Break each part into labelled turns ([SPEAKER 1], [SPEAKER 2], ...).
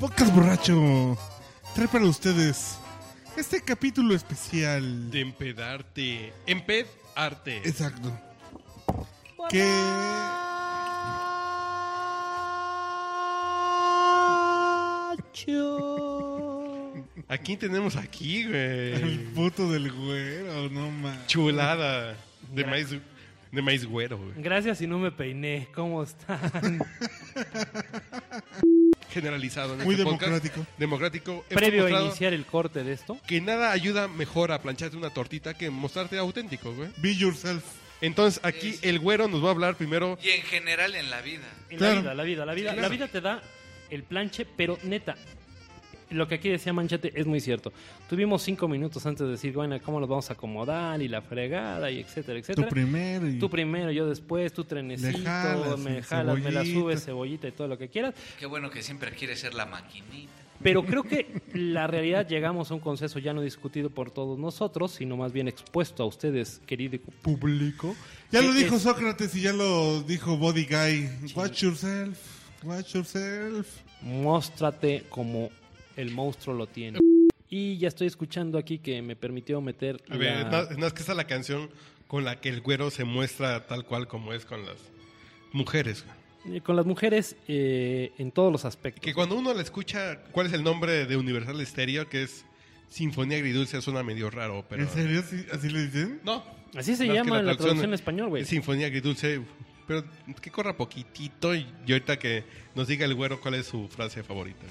[SPEAKER 1] Podcast Borracho trae para ustedes este capítulo especial.
[SPEAKER 2] De empedarte. Empedarte.
[SPEAKER 1] Exacto. Que
[SPEAKER 2] ¿A quién tenemos aquí,
[SPEAKER 1] el
[SPEAKER 2] güey?
[SPEAKER 1] puto del güero, no más.
[SPEAKER 2] Chulada. De maíz, de maíz güero, güey.
[SPEAKER 3] Gracias y no me peiné. ¿Cómo están?
[SPEAKER 2] Generalizado. En
[SPEAKER 1] Muy
[SPEAKER 2] este podcast.
[SPEAKER 1] democrático.
[SPEAKER 2] Democrático. Hemos
[SPEAKER 3] Previo a
[SPEAKER 2] mostrado
[SPEAKER 3] iniciar el corte de esto,
[SPEAKER 2] Que nada ayuda mejor a plancharte una tortita que mostrarte auténtico, güey.
[SPEAKER 1] Be yourself.
[SPEAKER 2] Entonces aquí el güero nos va a hablar primero.
[SPEAKER 4] Y en general en la vida.
[SPEAKER 3] en
[SPEAKER 1] Claro.
[SPEAKER 3] la vida, la vida, la vida,
[SPEAKER 2] Claro.
[SPEAKER 3] la vida te da el planche, pero neta, lo que aquí decía Manchete es muy cierto. Tuvimos cinco minutos antes de decir, bueno, ¿cómo nos vamos a acomodar? Y la fregada, y etcétera,
[SPEAKER 1] Tu
[SPEAKER 3] etcétera.
[SPEAKER 1] primero. y-
[SPEAKER 3] Tú primero, yo después, tú trenecito,
[SPEAKER 1] Le jalas,
[SPEAKER 3] me
[SPEAKER 1] y
[SPEAKER 3] jalas, me la
[SPEAKER 1] cebollita.
[SPEAKER 3] subes, cebollita y todo lo que quieras.
[SPEAKER 4] Qué bueno que siempre quiere ser la maquinita.
[SPEAKER 3] Pero creo que la realidad llegamos a un consenso ya no discutido por todos nosotros, sino más bien expuesto a ustedes, querido público.
[SPEAKER 1] Ya
[SPEAKER 3] que
[SPEAKER 1] lo dijo
[SPEAKER 3] es-
[SPEAKER 1] Sócrates y ya lo dijo Body Guy. Watch yourself. Watch yourself.
[SPEAKER 3] Móstrate como el monstruo lo tiene. Y ya estoy escuchando aquí que me permitió meter
[SPEAKER 2] A ver,
[SPEAKER 3] la-
[SPEAKER 2] no, no es que esa es la canción con la que el güero se muestra tal cual como es con las mujeres, güey.
[SPEAKER 3] eh, con las mujeres eh, en todos los aspectos.
[SPEAKER 2] Que cuando uno la escucha, ¿cuál es el nombre de Universal Stereo? Que es Sinfonía Agridulce, suena medio raro, pero...
[SPEAKER 1] ¿En serio? ¿Sí- ¿Así le dicen?
[SPEAKER 2] No.
[SPEAKER 3] Así se
[SPEAKER 2] No, es que
[SPEAKER 3] llama la traducción en español, güey.
[SPEAKER 2] es Sinfonía Agridulce, pero que corra poquitito y y ahorita que nos diga el güero cuál es su frase favorita.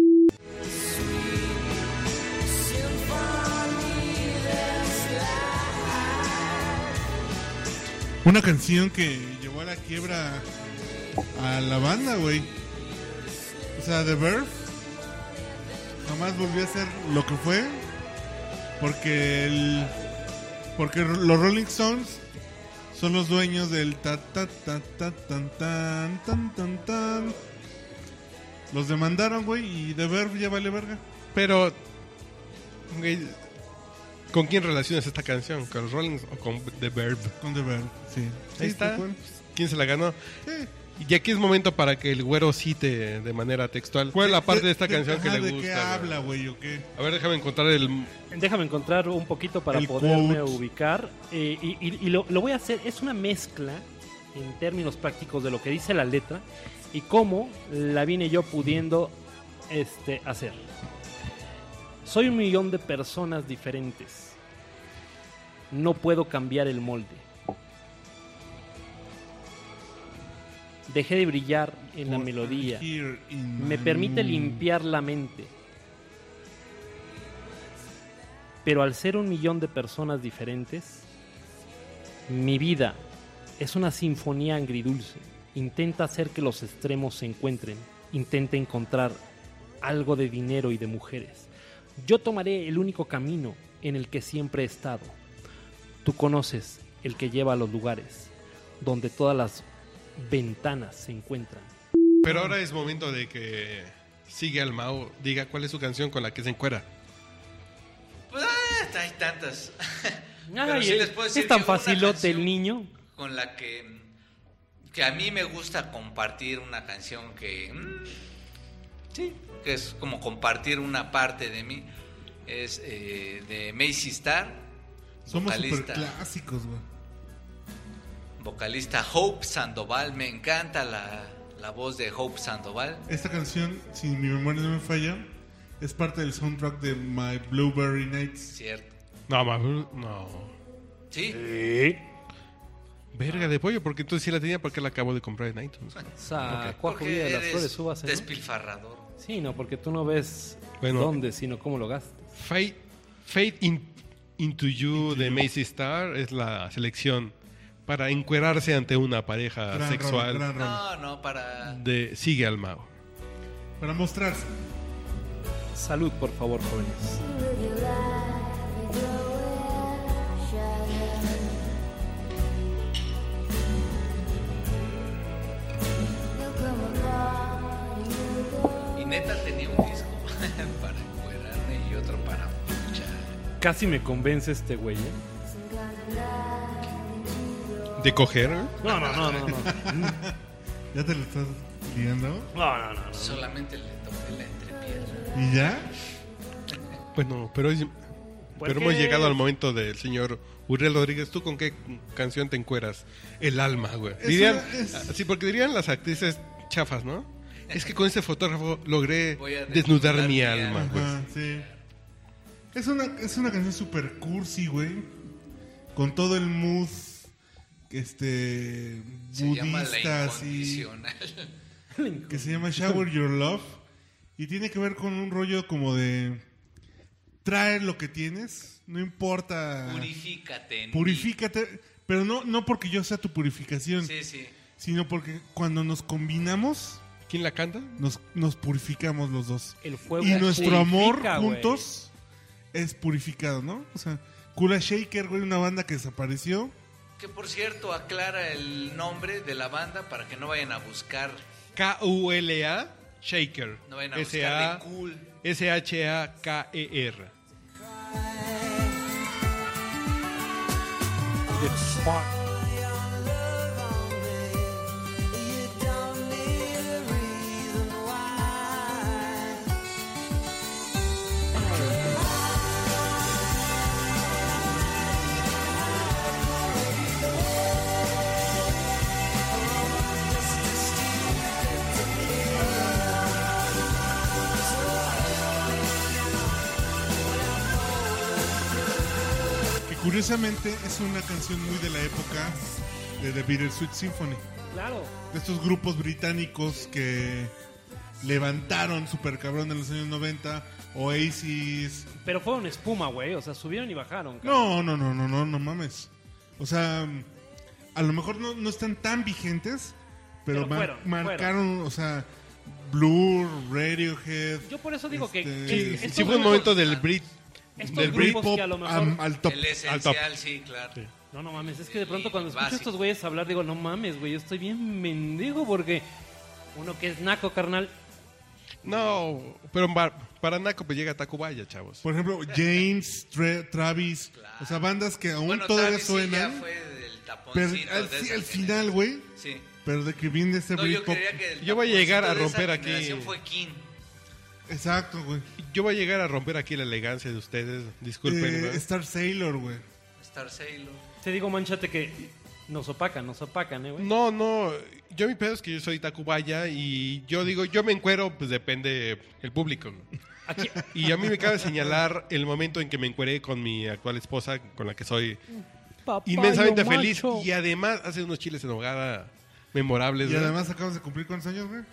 [SPEAKER 1] Una canción que llevó a la quiebra a la banda, güey. O sea, The Birth jamás volvió a ser lo que fue. Porque el. Porque los Rolling Stones son los dueños del ta ta ta ta tan tan tan tan tan. Los demandaron, güey, y The Verve ya vale verga.
[SPEAKER 2] Pero, güey, ¿con quién relacionas esta canción? ¿Con los Rollings o con The Verb?
[SPEAKER 1] Con The Verve, sí.
[SPEAKER 2] Ahí
[SPEAKER 1] Sí,
[SPEAKER 2] está.
[SPEAKER 1] tal cual.
[SPEAKER 2] ¿Quién se la ganó?
[SPEAKER 1] Sí.
[SPEAKER 2] Y aquí es momento para que el güero cite de manera textual. ¿Cuál es la parte de esta canción que
[SPEAKER 1] ajá,
[SPEAKER 2] le gusta?
[SPEAKER 1] ¿De qué
[SPEAKER 2] güey?
[SPEAKER 1] habla, güey, o qué?
[SPEAKER 2] A ver, déjame encontrar el
[SPEAKER 3] Déjame encontrar un poquito para
[SPEAKER 1] El
[SPEAKER 3] poderme
[SPEAKER 1] quote.
[SPEAKER 3] ubicar. eh, y y- y lo, lo voy a hacer, es una mezcla en términos prácticos de lo que dice la letra y cómo la vine yo pudiendo este, hacer. Soy un millón de personas diferentes. No puedo cambiar el molde. Dejé de brillar en la
[SPEAKER 1] Por
[SPEAKER 3] melodía.
[SPEAKER 1] Here in
[SPEAKER 3] Me
[SPEAKER 1] my
[SPEAKER 3] permite
[SPEAKER 1] mood.
[SPEAKER 3] limpiar la mente. Pero al ser un millón de personas diferentes, mi vida es una sinfonía angridulce. Intenta hacer que los extremos se encuentren. Intenta encontrar algo de dinero y de mujeres. Yo tomaré el único camino en el que siempre he estado. Tú conoces el que lleva a los lugares donde todas las ventanas se encuentran.
[SPEAKER 2] Pero ahora es momento de que sigue al Mao, diga cuál es su canción con la que se encuera.
[SPEAKER 4] Pues ah, hay tantas. Pero
[SPEAKER 3] Ay,
[SPEAKER 4] sí
[SPEAKER 3] es-
[SPEAKER 4] les puedo decir
[SPEAKER 3] es tan
[SPEAKER 4] que una
[SPEAKER 3] facilote
[SPEAKER 4] canción
[SPEAKER 3] el niño.
[SPEAKER 4] Con la que, que a mí me gusta compartir una canción que... mm, sí, que es como compartir una parte de mí. Es eh, de Macy Star,
[SPEAKER 1] Somos super
[SPEAKER 4] vocalista,
[SPEAKER 1] clásicos, güey.
[SPEAKER 4] vocalista Hope Sandoval. Me encanta la, la voz de Hope Sandoval.
[SPEAKER 1] Esta canción, si mi memoria no me falla, es parte del soundtrack de My Blueberry Nights.
[SPEAKER 4] Cierto.
[SPEAKER 2] No, Mao, no.
[SPEAKER 4] Sí,
[SPEAKER 2] Verga de pollo, porque entonces sí la tenía porque la acabo de comprar en iTunes.
[SPEAKER 3] Sacuajo
[SPEAKER 4] porque
[SPEAKER 3] vida de las
[SPEAKER 4] eres
[SPEAKER 3] flores, subas.
[SPEAKER 4] despilfarrador.
[SPEAKER 3] Sí, no, porque tú no ves
[SPEAKER 2] Bueno.
[SPEAKER 3] dónde, sino cómo lo gastas.
[SPEAKER 2] Fade, Fade in- Into You de Macy Star es la selección para encuerarse ante una pareja
[SPEAKER 1] Gran
[SPEAKER 2] sexual
[SPEAKER 1] rola, gran rola.
[SPEAKER 4] No, no, para...
[SPEAKER 2] de Sigue al Mao.
[SPEAKER 1] Para mostrarse.
[SPEAKER 3] Salud, por favor, jóvenes.
[SPEAKER 4] Y neta tenía un disco para encuadrarme y otro para escuchar.
[SPEAKER 3] Casi me convence este güey, ¿eh?
[SPEAKER 2] ¿De coger? güey?
[SPEAKER 3] No, no, no, no, no.
[SPEAKER 1] ¿Ya te lo estás liando?
[SPEAKER 3] No, no, no, no.
[SPEAKER 4] Solamente le toqué la entrepierna.
[SPEAKER 1] ¿Y ya?
[SPEAKER 2] Bueno, pero, es-
[SPEAKER 4] Pues
[SPEAKER 2] pero hemos
[SPEAKER 3] qué?
[SPEAKER 2] llegado al momento del señor Uriel Rodríguez. ¿Tú con qué canción te encueras? El alma, güey.
[SPEAKER 1] Es
[SPEAKER 2] Dirían, ah,
[SPEAKER 1] una- es-
[SPEAKER 2] Sí, porque dirían las actrices chafas, ¿no? Es que con este fotógrafo logré
[SPEAKER 4] Voy a
[SPEAKER 2] desnudar,
[SPEAKER 4] desnudar
[SPEAKER 2] mi
[SPEAKER 4] mi
[SPEAKER 2] alma,
[SPEAKER 4] alma.
[SPEAKER 2] güey.
[SPEAKER 1] Ajá, sí. Es una, es una canción super cursi, güey. Con todo el mood. Este.
[SPEAKER 4] Se llama la
[SPEAKER 1] budista, así.
[SPEAKER 4] incondicional.
[SPEAKER 1] Que se llama Shower Your Love. Y tiene que ver con un rollo como de. Trae lo que tienes. No importa.
[SPEAKER 4] Purifícate. en mí.
[SPEAKER 1] Purifícate. Pero no, no porque yo sea tu purificación.
[SPEAKER 4] Sí, sí.
[SPEAKER 1] Sino porque cuando nos combinamos,
[SPEAKER 2] ¿Quién la canta?
[SPEAKER 1] nos, nos purificamos los dos.
[SPEAKER 3] El fuego
[SPEAKER 1] Y nuestro amor
[SPEAKER 3] purifica, güey.
[SPEAKER 1] juntos es purificado, ¿no? O sea, Kula Shaker, güey, una banda que desapareció.
[SPEAKER 4] Que por cierto, aclara el nombre de la banda para que no vayan a buscar.
[SPEAKER 2] K-U-L-A Shaker.
[SPEAKER 4] No vayan a
[SPEAKER 2] S-A-
[SPEAKER 4] buscar de cool.
[SPEAKER 2] E S-H-A-K-E-R.
[SPEAKER 1] Que curiosamente es una canción muy de la época de The Bittersweet Symphony.
[SPEAKER 3] Claro.
[SPEAKER 1] De estos grupos británicos que levantaron super cabrón en los años 90. Oasis.
[SPEAKER 3] Pero fueron espuma, güey. O sea, subieron y bajaron. cabrón.
[SPEAKER 1] No, no, no, no, no, no mames. O sea, a lo mejor no, no están tan vigentes, pero,
[SPEAKER 3] Pero
[SPEAKER 1] mar-
[SPEAKER 3] fueron,
[SPEAKER 1] marcaron, o sea, Blur, Radiohead.
[SPEAKER 3] Yo por eso digo que-
[SPEAKER 1] este,
[SPEAKER 3] que.
[SPEAKER 1] sí,
[SPEAKER 3] estos
[SPEAKER 2] Sí, fue un
[SPEAKER 3] grupos-
[SPEAKER 2] momento del Brit.
[SPEAKER 3] estos
[SPEAKER 2] Del
[SPEAKER 3] grupos
[SPEAKER 2] Britpop
[SPEAKER 1] Britpop
[SPEAKER 3] que a lo mejor-
[SPEAKER 1] am- al top.
[SPEAKER 4] Ah, El esencial, sí, claro.
[SPEAKER 3] No, no mames, es que de pronto
[SPEAKER 4] Sí,
[SPEAKER 3] cuando escucho a
[SPEAKER 4] básico.
[SPEAKER 3] estos güeyes hablar digo, no mames, güey, yo estoy bien mendigo porque uno que es naco, carnal,
[SPEAKER 2] No, pero para, para Naco pues llega Tacubaya, chavos.
[SPEAKER 1] Por ejemplo, James, Tra- Travis, o sea, bandas que aún todavía
[SPEAKER 4] Travis sí
[SPEAKER 1] suenan.
[SPEAKER 4] ya fue del
[SPEAKER 1] pero
[SPEAKER 4] taponcito
[SPEAKER 1] al,
[SPEAKER 4] de
[SPEAKER 1] sí,
[SPEAKER 4] esa
[SPEAKER 1] al
[SPEAKER 4] generación.
[SPEAKER 1] final, güey,
[SPEAKER 4] Sí.
[SPEAKER 1] pero de que viene este
[SPEAKER 4] No, yo
[SPEAKER 1] Britpop.
[SPEAKER 4] creía que el
[SPEAKER 2] Yo voy a llegar a
[SPEAKER 4] taponcito de esa
[SPEAKER 2] romper aquí-
[SPEAKER 4] generación fue King.
[SPEAKER 1] Exacto, güey.
[SPEAKER 2] Yo voy a llegar a romper aquí la elegancia de ustedes. Disculpen.
[SPEAKER 1] Eh,
[SPEAKER 2] ¿verdad?
[SPEAKER 1] Star Sailor, güey.
[SPEAKER 4] Star Sailor.
[SPEAKER 3] te digo, manchate que nos opacan, nos opacan, eh, güey.
[SPEAKER 2] No, no. Yo mi pedo es que yo soy Tacubaya y yo digo, yo me encuero, pues depende el público. ¿no?
[SPEAKER 3] Aquí,
[SPEAKER 2] Y a mí me cabe señalar el momento en que me encueré con mi actual esposa, con la que soy inmensamente feliz. Y además hace unos chiles en hogada memorables.
[SPEAKER 1] Y
[SPEAKER 2] ¿verdad?
[SPEAKER 1] además acabas de cumplir cuántos años, güey.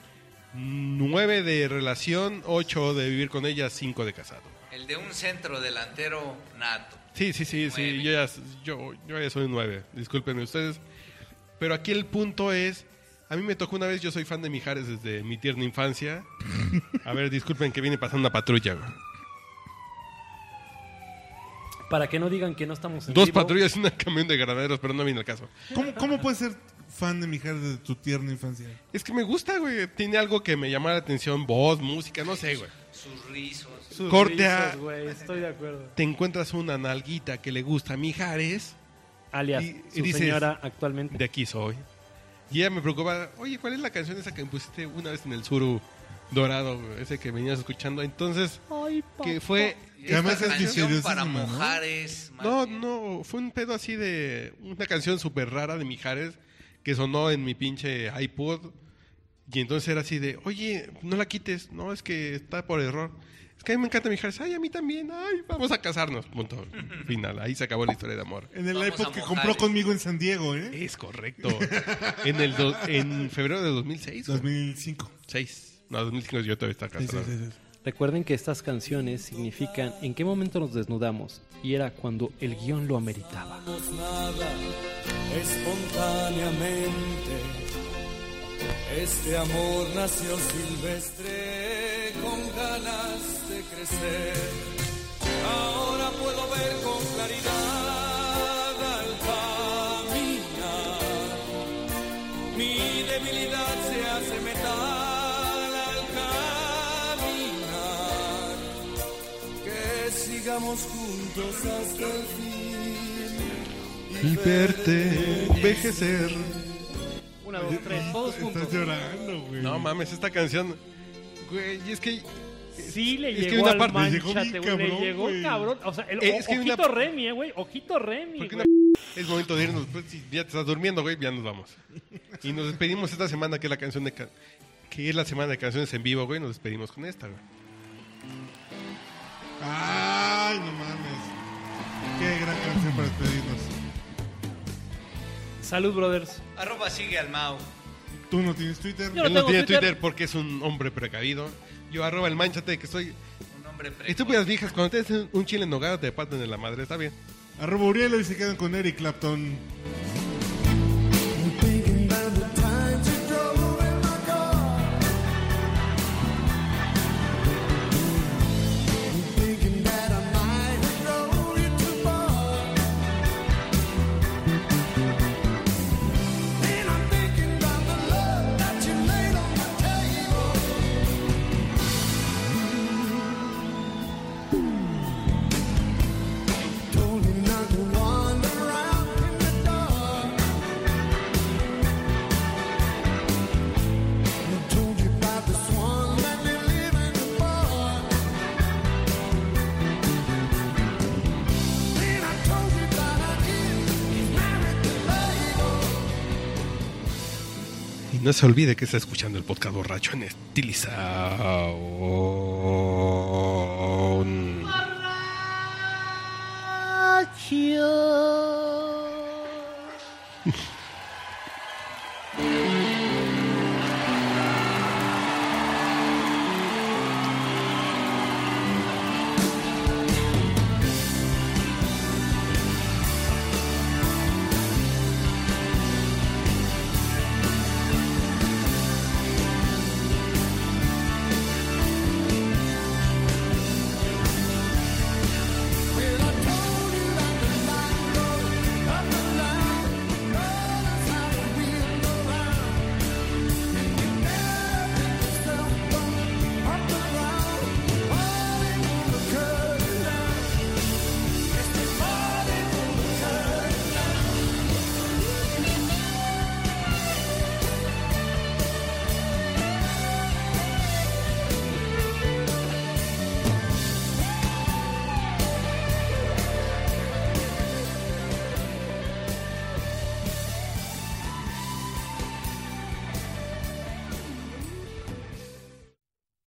[SPEAKER 2] Nueve de relación, ocho de vivir con ella, cinco de casado.
[SPEAKER 4] El de un centro delantero nato.
[SPEAKER 2] Sí, sí, sí,
[SPEAKER 4] Nueve.
[SPEAKER 2] sí. Yo ya, yo, yo ya soy un nueve. Discúlpenme ustedes. Pero aquí el punto es. A mí me tocó una vez, yo soy fan de Mijares desde mi tierna infancia. A ver, disculpen que viene pasando una patrulla. güey.
[SPEAKER 3] Para que no digan que no estamos en
[SPEAKER 2] Dos
[SPEAKER 3] vivo,
[SPEAKER 2] patrullas y un camión de granaderos, pero no viene el caso.
[SPEAKER 1] ¿Cómo, cómo puedes ser fan de Mijares desde tu tierna infancia?
[SPEAKER 2] Es que me gusta, güey. Tiene algo que me llama la atención. Voz, música, no sé, güey.
[SPEAKER 4] Sus rizos.
[SPEAKER 3] sus
[SPEAKER 2] Corte a-
[SPEAKER 3] risas, güey, estoy de acuerdo.
[SPEAKER 2] Te encuentras una nalguita que le gusta a Mijares.
[SPEAKER 3] Alias,
[SPEAKER 2] Y- y
[SPEAKER 3] su
[SPEAKER 2] dices-
[SPEAKER 3] señora actualmente.
[SPEAKER 2] De aquí soy. Y ella me preocupaba, oye, ¿cuál es la canción esa que me pusiste una vez en el suru dorado, güey? ese que venías escuchando? Entonces, que fue...
[SPEAKER 4] Y
[SPEAKER 1] Que además
[SPEAKER 4] esta
[SPEAKER 1] es
[SPEAKER 4] canción para
[SPEAKER 1] misteriosísima, ¿no?
[SPEAKER 4] mojares. más
[SPEAKER 2] No,
[SPEAKER 4] bien.
[SPEAKER 2] no, fue un pedo así de una canción súper rara de Mijares que sonó en mi pinche iPod. Y entonces era así de, oye, no la quites, no, es que está por error. Es que a mí me encanta Mijares, ay, a mí también, ay, vamos a casarnos, punto. Final, ahí se acabó la historia de amor.
[SPEAKER 1] En el
[SPEAKER 4] Vamos
[SPEAKER 1] iPod
[SPEAKER 4] a
[SPEAKER 1] que
[SPEAKER 4] mojar
[SPEAKER 1] compró
[SPEAKER 4] esto.
[SPEAKER 1] conmigo en San Diego, ¿eh?
[SPEAKER 2] Es correcto. en, el do- en febrero de 2006. güey.
[SPEAKER 1] 2005.
[SPEAKER 2] 6. No, 2005 yo todavía estaba
[SPEAKER 1] Sí, sí,
[SPEAKER 2] casado.
[SPEAKER 1] sí, sí.
[SPEAKER 3] Recuerden que estas canciones significan en qué momento nos desnudamos y era cuando el guión lo ameritaba.
[SPEAKER 5] hacemos nada espontáneamente. Este amor nació silvestre con ganas de crecer. Ahora puedo ver con claridad al caminar. Mi debilidad se hace metal al caminar. Que sigamos juntos hasta el fin.
[SPEAKER 2] Y verte envejecer.
[SPEAKER 3] Una, dos, tres, todos
[SPEAKER 1] Estás
[SPEAKER 3] juntos.
[SPEAKER 1] llorando, güey.
[SPEAKER 2] No mames, esta canción. Güey, y es que
[SPEAKER 3] Sí, le
[SPEAKER 2] Es que
[SPEAKER 3] llegó
[SPEAKER 2] una
[SPEAKER 3] al
[SPEAKER 2] parte-
[SPEAKER 1] le llegó
[SPEAKER 3] Manchate,
[SPEAKER 1] bien
[SPEAKER 3] güey, le
[SPEAKER 1] cabrón,
[SPEAKER 3] llegó
[SPEAKER 1] güey.
[SPEAKER 3] cabrón. O sea, el
[SPEAKER 2] Eh,
[SPEAKER 3] o-
[SPEAKER 2] es que una-
[SPEAKER 3] ojito Remy, eh, güey. Ojito Remy,
[SPEAKER 2] Porque
[SPEAKER 3] güey.
[SPEAKER 2] una- Es momento de irnos. Pues, si ya te estás durmiendo, güey, ya nos vamos. Y nos despedimos esta semana, que es la canción de... ca- Que es la semana de canciones en vivo, güey. Nos despedimos con esta, güey.
[SPEAKER 1] Ay, no mames. Qué gran canción para despedirnos.
[SPEAKER 3] Salud, brothers.
[SPEAKER 4] Arroba sigue al Mau.
[SPEAKER 1] Tú no tienes Twitter.
[SPEAKER 3] Yo no
[SPEAKER 2] Él no
[SPEAKER 3] tengo
[SPEAKER 2] tiene Twitter.
[SPEAKER 3] Twitter
[SPEAKER 2] porque es un hombre precavido. Yo arroba el manchate que soy...
[SPEAKER 4] Un hombre precoz.
[SPEAKER 2] Estúpidas viejas, cuando te hacen un chile en nogada te parten en la madre, está bien.
[SPEAKER 1] Arroba Urielo y se quedan con Eric Clapton.
[SPEAKER 5] Thinking about the times you drove in my car. Thinking that I might have drove you too far. And I'm thinking about the love that you laid on my table. Told me not to wander out in the dark. Told you about the swan that they live in the park. Then I told you that I did married the label.
[SPEAKER 2] Y no se olvide que está escuchando el podcast borracho en estilización.